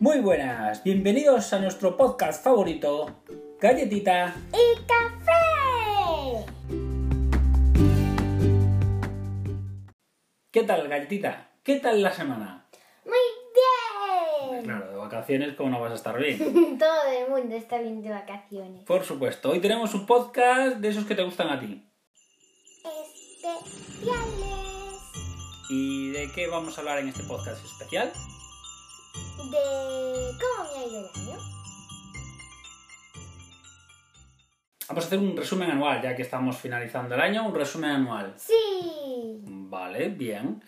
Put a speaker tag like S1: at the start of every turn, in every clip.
S1: Muy buenas, bienvenidos a nuestro podcast favorito, Galletita.
S2: y café.
S1: ¿Qué tal, Galletita? ¿Qué tal la semana?
S2: Muy bien.
S1: Claro, de vacaciones, ¿cómo no vas a estar bien?
S2: Todo el mundo está bien de vacaciones.
S1: Por supuesto, hoy tenemos un podcast de esos que te gustan a ti.
S2: Especiales
S1: ¿Y de qué vamos a hablar en este podcast especial?
S2: de cómo me ha ido el año.
S1: Vamos a hacer un resumen anual, ya que estamos finalizando el año, un resumen anual.
S2: Sí.
S1: Vale, bien.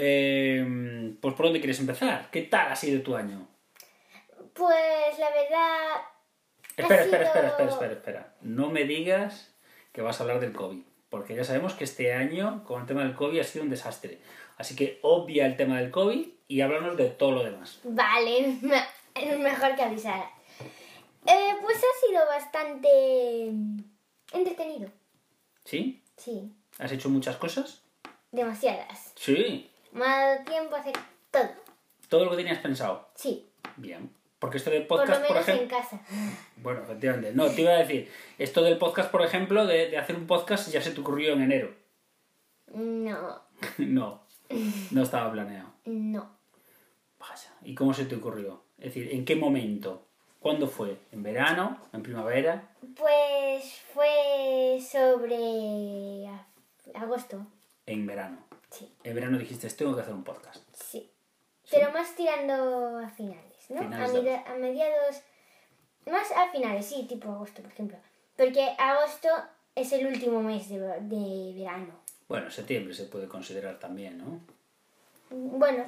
S1: Eh, pues por dónde quieres empezar? ¿Qué tal ha sido tu año?
S2: Pues la verdad.
S1: Espera,
S2: Ha
S1: espera,
S2: sido-
S1: espera, espera, espera, espera. No me digas que vas a hablar del COVID, porque ya sabemos que este año con el tema del COVID ha sido un desastre. Así que obvia el tema del COVID y háblanos de todo lo demás.
S2: Vale, es mejor que avisar. Eh, pues ha sido bastante entretenido.
S1: ¿Sí?
S2: Sí,
S1: ¿Has hecho muchas cosas?
S2: demasiadas.
S1: Sí.
S2: Me ha dado tiempo a hacer todo.
S1: Todo lo que tenías pensado.
S2: Sí,
S1: Bien. Porque esto del
S2: por lo
S1: podcast, por,
S2: menos en
S1: ejemplo...
S2: casa.
S1: Bueno, efectivamente. No, te iba a decir, esto del podcast, por ejemplo, de, de hacer un podcast ya se te ocurrió en enero.
S2: No,
S1: no, no estaba planeado.
S2: no.
S1: Vaya, ¿y cómo se te ocurrió? Es decir, ¿en qué momento? ¿Cuándo fue? ¿En verano? ¿En primavera?
S2: Pues fue sobre a- agosto.
S1: En verano.
S2: Sí,
S1: En verano dijiste, tengo que hacer un podcast.
S2: sí. Pero más tirando a finales, ¿no?
S1: Finales
S2: a,
S1: de
S2: medi- a mediados. Más a finales, sí, tipo agosto, por ejemplo. Porque agosto es el último mes de, ver- de verano.
S1: Bueno, septiembre se puede considerar también, ¿no?
S2: Bueno,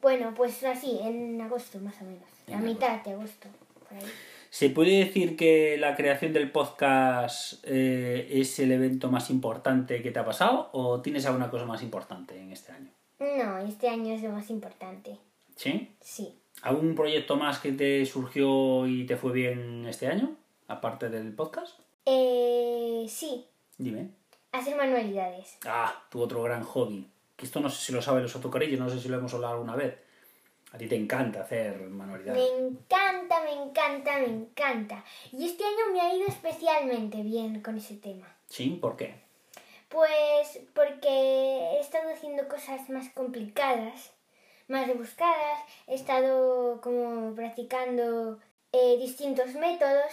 S2: bueno, pues así, en agosto más o menos.
S1: En
S2: a
S1: agosto.
S2: mitad de agosto, por ahí.
S1: ¿Se puede decir que la creación del podcast eh, es el evento más importante que te ha pasado o tienes alguna cosa más importante en este año?
S2: No, este año es lo más importante.
S1: ¿Sí?
S2: Sí.
S1: ¿Algún proyecto más que te surgió y te fue bien este año? Aparte del podcast.
S2: Eh, sí,
S1: Dime.
S2: hacer manualidades.
S1: Ah, tu otro gran hobby. Que esto no sé si lo sabe los autocarillos, no sé si lo hemos hablado alguna vez. A ti te encanta hacer
S2: Me
S1: manualidades.
S2: encanta, me encanta, me encanta. Y este año me ha ido especialmente bien con ese tema.
S1: ¿Sí? ¿Por qué?
S2: Pues porque he estado haciendo cosas más complicadas, más rebuscadas, he estado como practicando eh, distintos métodos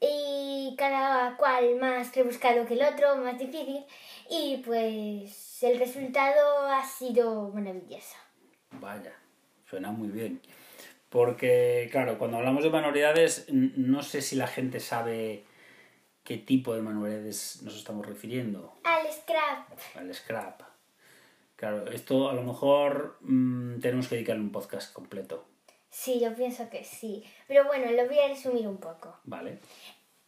S2: y cada cual más rebuscado que el otro, más difícil y pues el resultado ha sido maravilloso.
S1: Vaya, suena muy bien. Porque, claro, cuando hablamos de manualidades, n- no sé si la gente sabe qué tipo de manualidades nos estamos refiriendo.
S2: Al scrap.
S1: Al scrap. Claro, esto a lo mejor mm, tenemos que dedicarle un podcast completo.
S2: Sí, yo pienso que sí. Pero bueno, lo voy a resumir un poco.
S1: ¿Vale?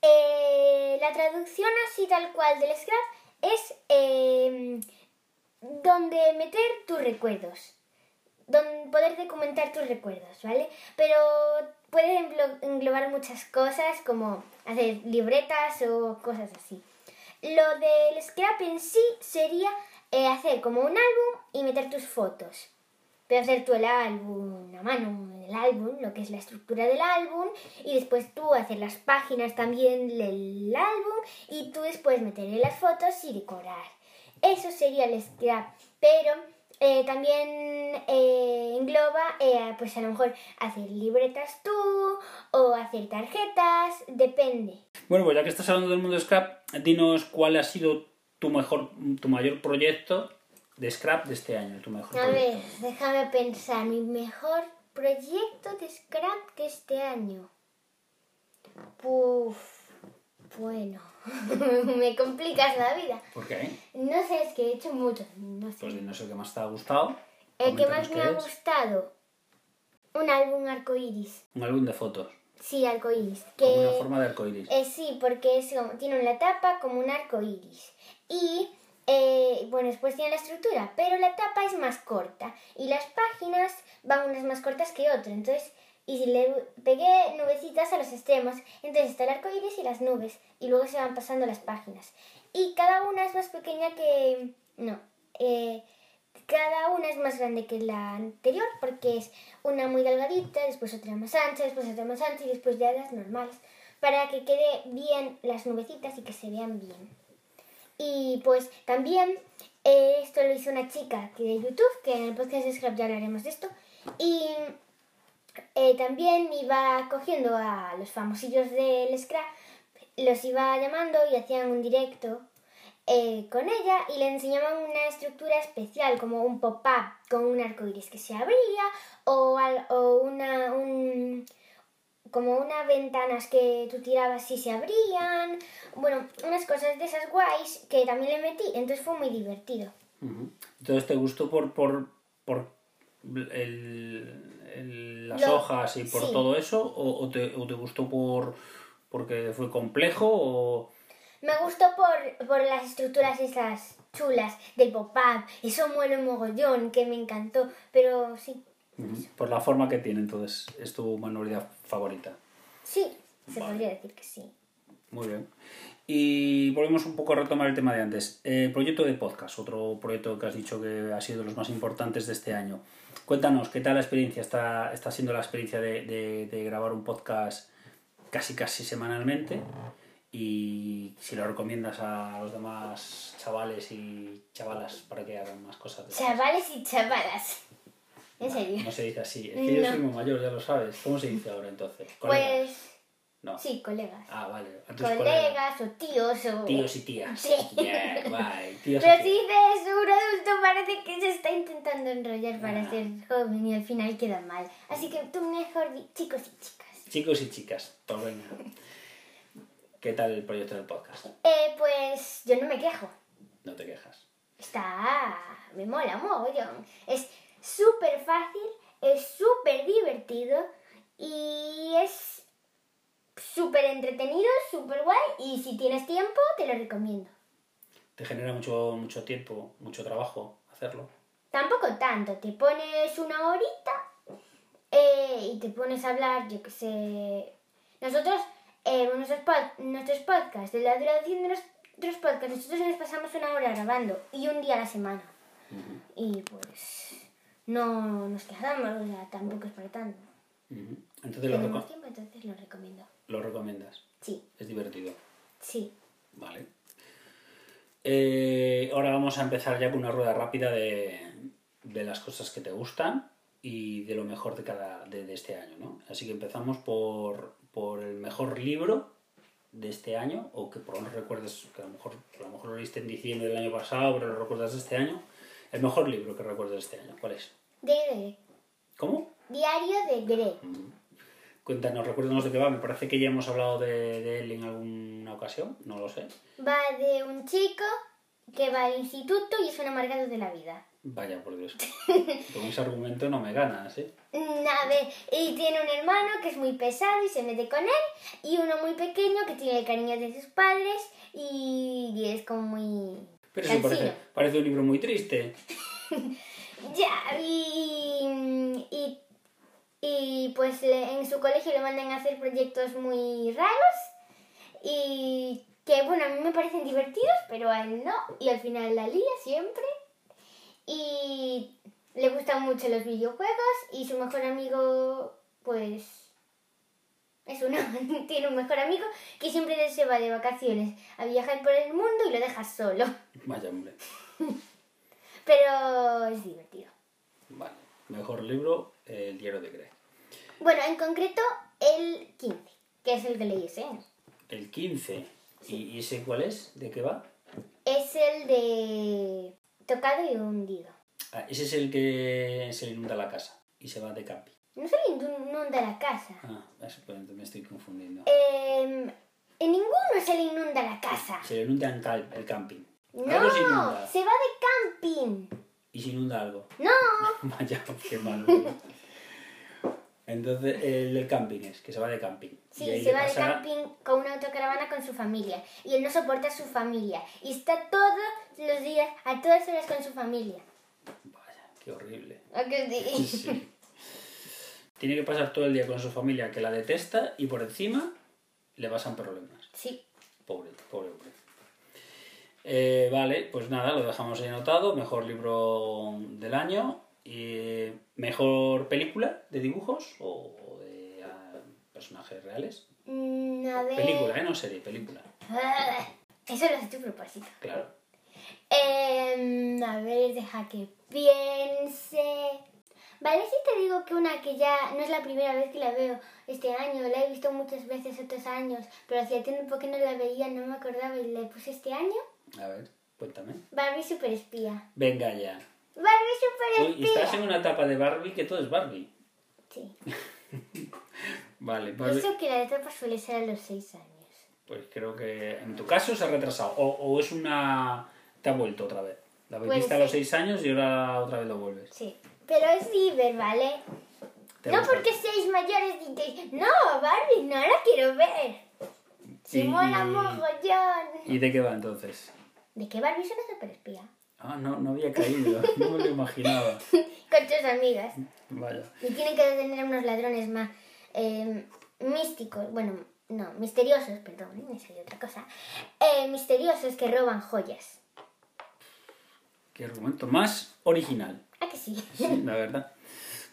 S2: Eh, la traducción así tal cual del scrap es eh, donde meter tus recuerdos. Donde poder documentar tus recuerdos, ¿vale? Pero puede englo- englobar muchas cosas como hacer libretas o cosas así. Lo del scrap en sí sería eh, hacer como un álbum y meter tus fotos. Pero hacer tú el álbum a mano, el álbum, lo que es la estructura del álbum, y después tú hacer las páginas también del álbum, y tú después meterle las fotos y decorar. Eso sería el scrap, pero eh, también eh, engloba, eh, pues a lo mejor hacer libretas tú, o hacer tarjetas, depende.
S1: Bueno, pues ya que estás hablando del mundo de Scrap, dinos cuál ha sido tu mejor, tu mayor proyecto de Scrap de este año, tu mejor
S2: A
S1: proyecto.
S2: ver, déjame pensar, mi mejor proyecto de scrap de este año. Puf, bueno, me complicas la vida.
S1: ¿Por qué?
S2: No sé, es que he hecho mucho, no sé.
S1: Pues dinos el que más te ha gustado.
S2: el que
S1: coméntanos
S2: más me
S1: qué
S2: ha
S1: es.
S2: gustado, un álbum arcoiris.
S1: Un álbum de fotos,
S2: Sí, arcoiris.
S1: con una
S2: Que
S1: forma de arcoiris.
S2: Eh, sí, porque es como- tiene una tapa como un arco iris. Y eh, bueno, después tiene la estructura, pero la tapa es más corta. Y las páginas van unas más cortas que otras. Entonces, y si le pegué nubecitas a los extremos, entonces está el arco iris y las nubes. Y luego se van pasando las páginas. Y cada una es más pequeña que. No. eh, cada una es más grande que la anterior porque es una muy delgadita, después otra más ancha, después otra más ancha y después ya las normales para que quede bien las nubecitas y que se vean bien. Y pues también eh, esto lo hizo una chica que de YouTube, que en el podcast de Scrap ya hablaremos de esto. Y eh, también iba cogiendo a los famosillos del Scrap, los iba llamando y hacían un directo eh, con ella y le enseñaban una estructura especial, como un pop-up con un arco iris que se abría o, al, o una, un, como unas ventanas que tú tirabas y se abrían. Bueno, unas cosas de esas guays que también le metí, entonces fue muy divertido.
S1: Ujú. Entonces te gustó por, por, por el- el- las
S2: Lo-
S1: hojas y por
S2: sí.
S1: todo eso, o, o te, o te gustó por porque fue complejo, o
S2: Me gustó por, por las estructuras esas chulas del pop-up. Eso muere un mogollón, que me encantó. Pero sí,
S1: Ujú. por la forma que tiene, entonces es tu manualidad favorita.
S2: sí, se podría decir que sí.
S1: Muy bien. Y volvemos un poco a retomar el tema de antes. Eh, proyecto de podcast, otro proyecto que has dicho que ha sido de los más importantes de este año. Cuéntanos, ¿qué tal la experiencia? ¿Está, está siendo la experiencia de, de- de grabar un podcast casi casi semanalmente? Y si lo recomiendas a los demás chavales y chavalas para que hagan más cosas. de- este
S2: Chavales y chavalas. En serio.
S1: No se dice así. Es que yo
S2: No.
S1: soy muy mayor, ya lo sabes. ¿Cómo se dice ahora entonces? ¿Colegas?
S2: Pues
S1: No.
S2: sí, colegas.
S1: Ah, vale. A tus colegas.
S2: Colegas o tíos o...
S1: Tíos y tías.
S2: Sí.
S1: Yeah, guay. Tíos
S2: Pero
S1: y
S2: si
S1: tías.
S2: dices un adulto parece que se está intentando enrollar para
S1: Ah.
S2: ser joven y al final queda mal. Así que tú mejor di chicos y chicas.
S1: Chicos y chicas, pues venga. ¿Qué tal el proyecto del podcast?
S2: Eh, pues yo no me quejo.
S1: No te quejas.
S2: Está... me mola mogollón. Es súper fácil, es súper divertido y es súper entretenido, súper guay y si tienes tiempo te lo recomiendo.
S1: Te genera mucho, mucho tiempo, mucho trabajo hacerlo.
S2: Tampoco tanto, te pones una horita eh, y te pones a hablar, yo qué sé. Nosotros, eh, nuestros, pod- nuestros podcasts, de la duración de los- de los podcasts, nosotros nos pasamos una hora grabando y un día a la semana. Y pues no nos quejamos, o sea, tampoco es para tanto.
S1: Ujú. Entonces lo,
S2: Tenemos
S1: reco-
S2: tiempo, entonces lo recomiendo.
S1: lo recomiendas.
S2: Sí,
S1: Es divertido.
S2: sí.
S1: Vale. Eh, ahora vamos a empezar ya con una rueda rápida de, de las cosas que te gustan y de lo mejor de cada de, de este año, ¿no? Así que empezamos por, por el mejor libro de este año, o que por lo menos recuerdes, que a lo mejor, a lo mejor lo leíste en diciembre del año pasado, pero lo recuerdas de este año. El mejor libro que recuerdas de este año, ¿cuál es?
S2: De Greg.
S1: ¿Cómo?
S2: Diario de Greg.
S1: Cuéntanos, recuérdanos de qué va. Me parece que ya hemos hablado de, de él en alguna ocasión, no lo sé.
S2: Va de un chico que va al instituto y es un amargado de la vida.
S1: Vaya por Dios. Con ese argumento no me ganas, ¿eh?
S2: Mm, A ver, y tiene un hermano que es muy pesado y se mete con él, y uno muy pequeño que tiene el cariño de sus padres y, y es como muy...
S1: Pero eso parece,
S2: cansino.
S1: parece un libro muy triste.
S2: Ya, y, y, y, pues le- en su colegio le mandan a hacer proyectos muy raros y que bueno, a mí me parecen divertidos, pero a él no, y al final la lía siempre. Y le gustan mucho los videojuegos y su mejor amigo pues... Es uno, tiene un mejor amigo que siempre se va de vacaciones a viajar por el mundo y lo deja solo.
S1: Vaya, hombre.
S2: Pero es divertido.
S1: Vale. Mejor libro, eh, El diario de Grey.
S2: Bueno, en concreto el 15, que es el que leí ese año.
S1: El 15. ¿Y, y ese cuál es? ¿De qué va?
S2: Es el de tocado y hundido.
S1: Ah, ese es el que se le inunda la casa y se va de camping.
S2: No se le inunda la casa.
S1: Ah, eso, pues, me estoy confundiendo.
S2: Em, en ninguno se le inunda la casa.
S1: Se le inunda en cal- el camping. Claro
S2: No,
S1: que se inunda.
S2: se va de camping.
S1: Y se inunda algo.
S2: No,
S1: Vaya, qué malo. Entonces, el del camping es, que se va de camping. Y
S2: sí,
S1: ahí
S2: se
S1: le
S2: va de
S1: pasa-
S2: camping con una autocaravana con su familia. Y él no soporta a su familia. Y está todos los días, a todas horas con su familia.
S1: Vaya, qué horrible.
S2: ¿A qué os digo?
S1: Sí. Tiene que pasar todo el día con su familia que la detesta y por encima le pasan problemas.
S2: Sí.
S1: Pobre, pobre hombre. Eh, vale, pues nada, lo dejamos ahí anotado. Mejor libro del año. Y eh, mejor película de dibujos o o de ah, personajes reales.
S2: Mm, a ver. Ah,
S1: Película, ¿eh? No serie, película.
S2: Eso lo has hecho a propósito.
S1: Claro.
S2: Em, a ver, deja que piense. Vale, si te digo que una que ya no es la primera vez que la veo este año, la he visto muchas veces otros años, pero hacía tiempo que no la veía, no me acordaba y le puse este año.
S1: A ver, cuéntame.
S2: Barbie Superespía.
S1: Venga ya.
S2: Barbie
S1: Uy, estás en
S2: Superespía.
S1: una etapa de Barbie que todo es Barbie.
S2: Sí.
S1: Vale, Barbie.
S2: Eso que la etapa suele ser a los 6 años.
S1: Pues creo que en tu caso se ha retrasado. O, o es una. te ha vuelto otra vez. La
S2: Puede
S1: viste a los
S2: ser.
S1: 6 años y ahora otra vez lo vuelves.
S2: Sí. Pero es Iber, ¿vale?
S1: Te
S2: no
S1: gusta.
S2: porque seáis mayores y que... No, Barbie, no la quiero ver. Si
S1: Y-
S2: mola
S1: y-
S2: mogollón.
S1: ¿Y de qué va entonces?
S2: ¿De qué Barbie es una superespía?
S1: Ah, no, no había caído. no me lo imaginaba.
S2: Con sus amigas.
S1: Vaya.
S2: Y tienen que detener a unos ladrones más eh, místicos. Bueno, no, misteriosos, perdón, me salió otra cosa. Eh, misteriosos que roban joyas.
S1: Qué argumento más original.
S2: ¿A que sí?
S1: Sí, la verdad.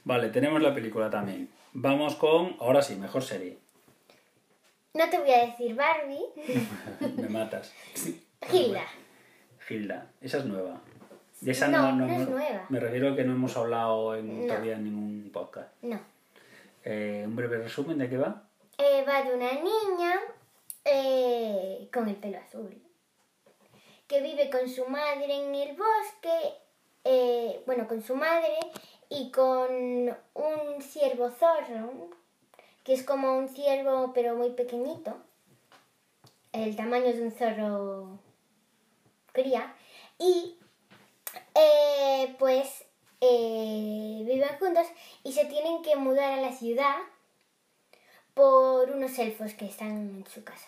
S1: Vale, tenemos la película también. Vamos con. Ahora sí, mejor serie.
S2: No te voy a decir Barbie.
S1: Me matas.
S2: Gilda.
S1: Gilda, esa es nueva. De esa no, no
S2: No, no es
S1: me-
S2: nueva.
S1: Me refiero a que no hemos hablado en,
S2: No.
S1: todavía en ningún podcast.
S2: No.
S1: Eh, un breve resumen de qué va.
S2: Eh, va de una niña eh, con el pelo azul que vive con su madre en el bosque, eh, bueno, con su madre y con un ciervo zorro, que es como un ciervo pero muy pequeñito, el tamaño de un zorro cría, y eh, pues eh, viven juntos y se tienen que mudar a la ciudad por unos elfos que están en su casa,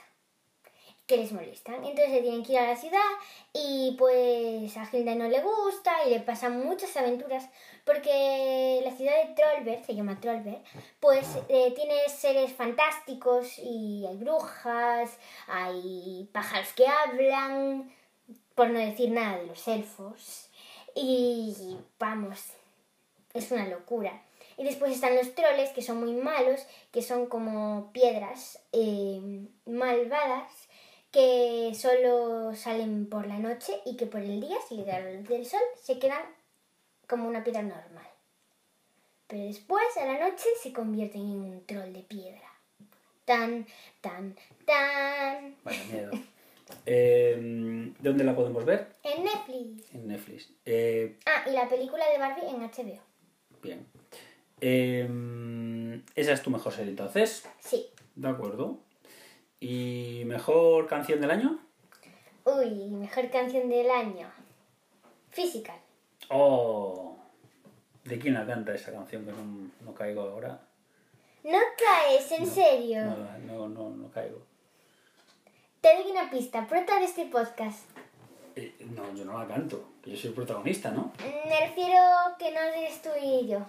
S2: que les molestan. Entonces se tienen que ir a la ciudad y pues a Hilda no le gusta y le pasan muchas aventuras porque la ciudad de Trollberg, se llama Trollberg, pues eh, tiene seres fantásticos y hay brujas, hay pájaros que hablan, por no decir nada de los elfos. Y vamos, es una locura. Y después están los troles, que son muy malos, que son como piedras eh, malvadas, que solo salen por la noche y que por el día, si le da la luz del sol, se quedan como una piedra normal. Pero después, a la noche, se convierten en un troll de piedra. Tan, tan, tan.
S1: Vaya miedo. Eh, ¿Dónde la podemos ver?
S2: En Netflix.
S1: En Netflix. Eh,
S2: Ah, y la película de Barbie en HBO.
S1: bien. Eh, esa es tu mejor serie entonces.
S2: Sí.
S1: De acuerdo. ¿Y mejor canción del año?
S2: Uy, mejor canción del año. Physical.
S1: Oh. ¿De quién la canta esa canción que no, no caigo ahora?
S2: No caes, en serio.
S1: No, no, no, no caigo.
S2: Te doy una pista, prota de este podcast.
S1: Eh, no, yo no la canto. que Yo soy el protagonista, ¿no?
S2: Me refiero que no eres tú y yo.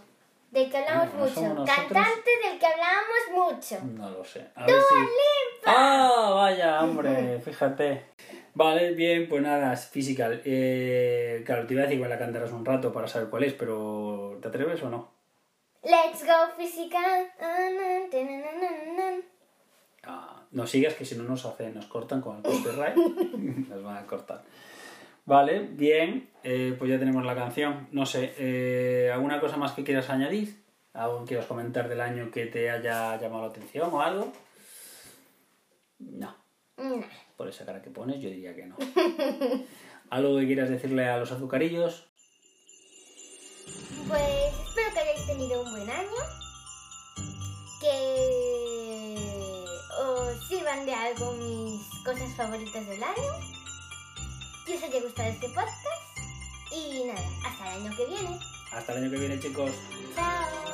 S2: Del que hablamos
S1: No, no somos
S2: mucho.
S1: nosotros.
S2: Cantante del que hablamos mucho.
S1: No lo sé. A ver si... ¡Ah! Vaya, hombre, fíjate. Vale, bien, pues nada, es physical. Eh, claro, te iba a decir que la cantarás un rato para saber cuál es, pero ¿te atreves o no?
S2: Let's go physical. Ah, na, te, na, na, na, na.
S1: Ah, no sigas que si no nos hacen, nos cortan con el copyright. nos van a cortar. Vale, bien, eh, pues ya tenemos la canción. No sé, eh, ¿alguna cosa más que quieras añadir? ¿Algo que quieras comentar del año que te haya llamado la atención o algo? No.
S2: Nah.
S1: Por esa cara que pones, yo diría que no. ¿Algo que quieras decirle a los azucarillos?
S2: Pues espero que hayáis tenido un buen año. Que os sirvan de algo mis cosas favoritas del año. Que os haya gustado este podcast. Y nada, hasta el año que viene.
S1: Hasta el año que viene, chicos.
S2: Chao.